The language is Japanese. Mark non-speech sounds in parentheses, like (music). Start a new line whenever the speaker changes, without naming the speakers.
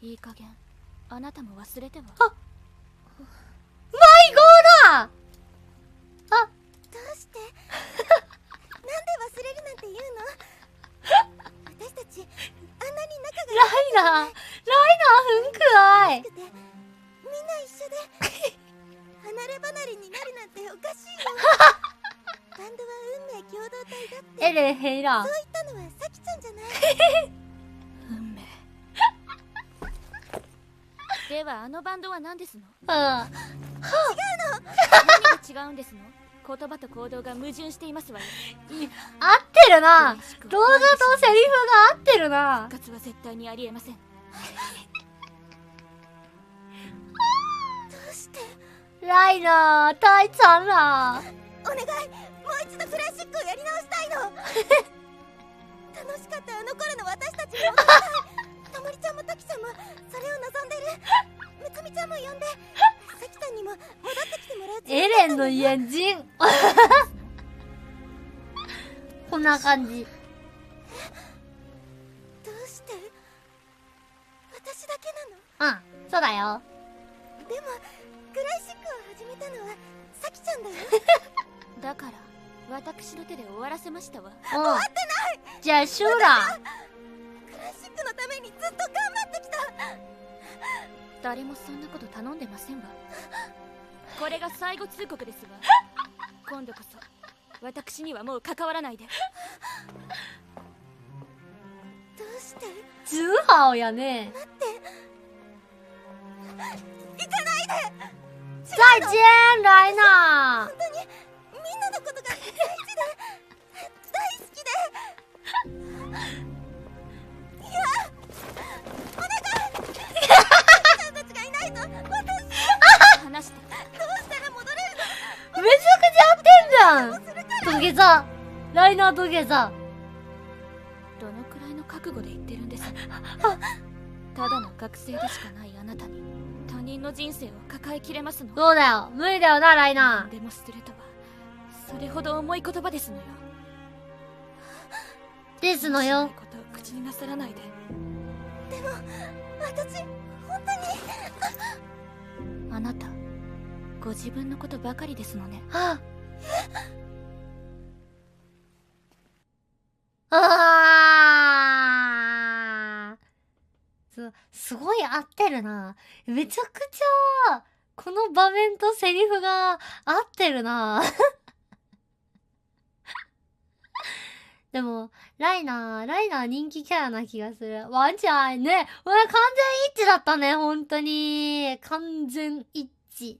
いい加減あなたも忘れては
マイゴーだあ、
どう
(laughs)
してなんで忘れるなんて言うの私たちあんなに仲が
ライナーライナー很可愛
良くてみんな一緒で離れ離れになるなんておかしい
(laughs)
よバンドは運命共同体だって
エレヘイラ
そう言ったのはさきちゃんじゃない
(laughs) 運
(laughs)
命ではあのバンドは何ですの
うん
何が違うんですの言葉と行動が矛盾していますわよ
合ってるな動画とセリフが合ってるな
復活は絶対にありえません
どうして
ライナー太惨
お
了
願いもう一度クラシックをやり直したいの楽しかったあの頃の私たちに戻りたいともりちゃんもときちゃんもそれを望んでるむつみちゃんも呼んでさきちゃんにも戻ってきてもらうつもり
エレンの眼睛 (laughs) こんな感じ
どうして私だけなの
うんそうだよ
でもクラシックを始めたのはさきちゃんだよ
(laughs) だから私の手で終わらせましたわ
終わってないじゃあシューラ
クラシックのためにずっと頑張ってきた
誰もそんなこと頼んでませんわこれが最後通告です
(laughs)
わ今度こそ私にはもう関わらないで
どうして
ズーハオやね
行かないで
再见ライナー
本当にみんなのことが大事で大好きでいやお願いお母さんたちがいないと私
話して
どうしたら戻れる
めちゃくちゃ合ってんじゃん土下座ライナー土下座
どのくらいの覚悟で言ってるんですただの学生でしかないあなたに他人の人生を抱えきれますの
そうだよ無理だよなライナ
でもするとはそれほど重い言葉ですのよ
ーですの
知ら
よ
ないことを口になさらないで
の私本当に
あなたご自分のことばかりですのね
はああーすすごい合ってるなめちゃくちゃこの場面とセリフが合ってるなでも、ライナー、ライナー人気キャラな気がする。ワンちゃんね、うわ完全一致だったね、本当に。完全一致。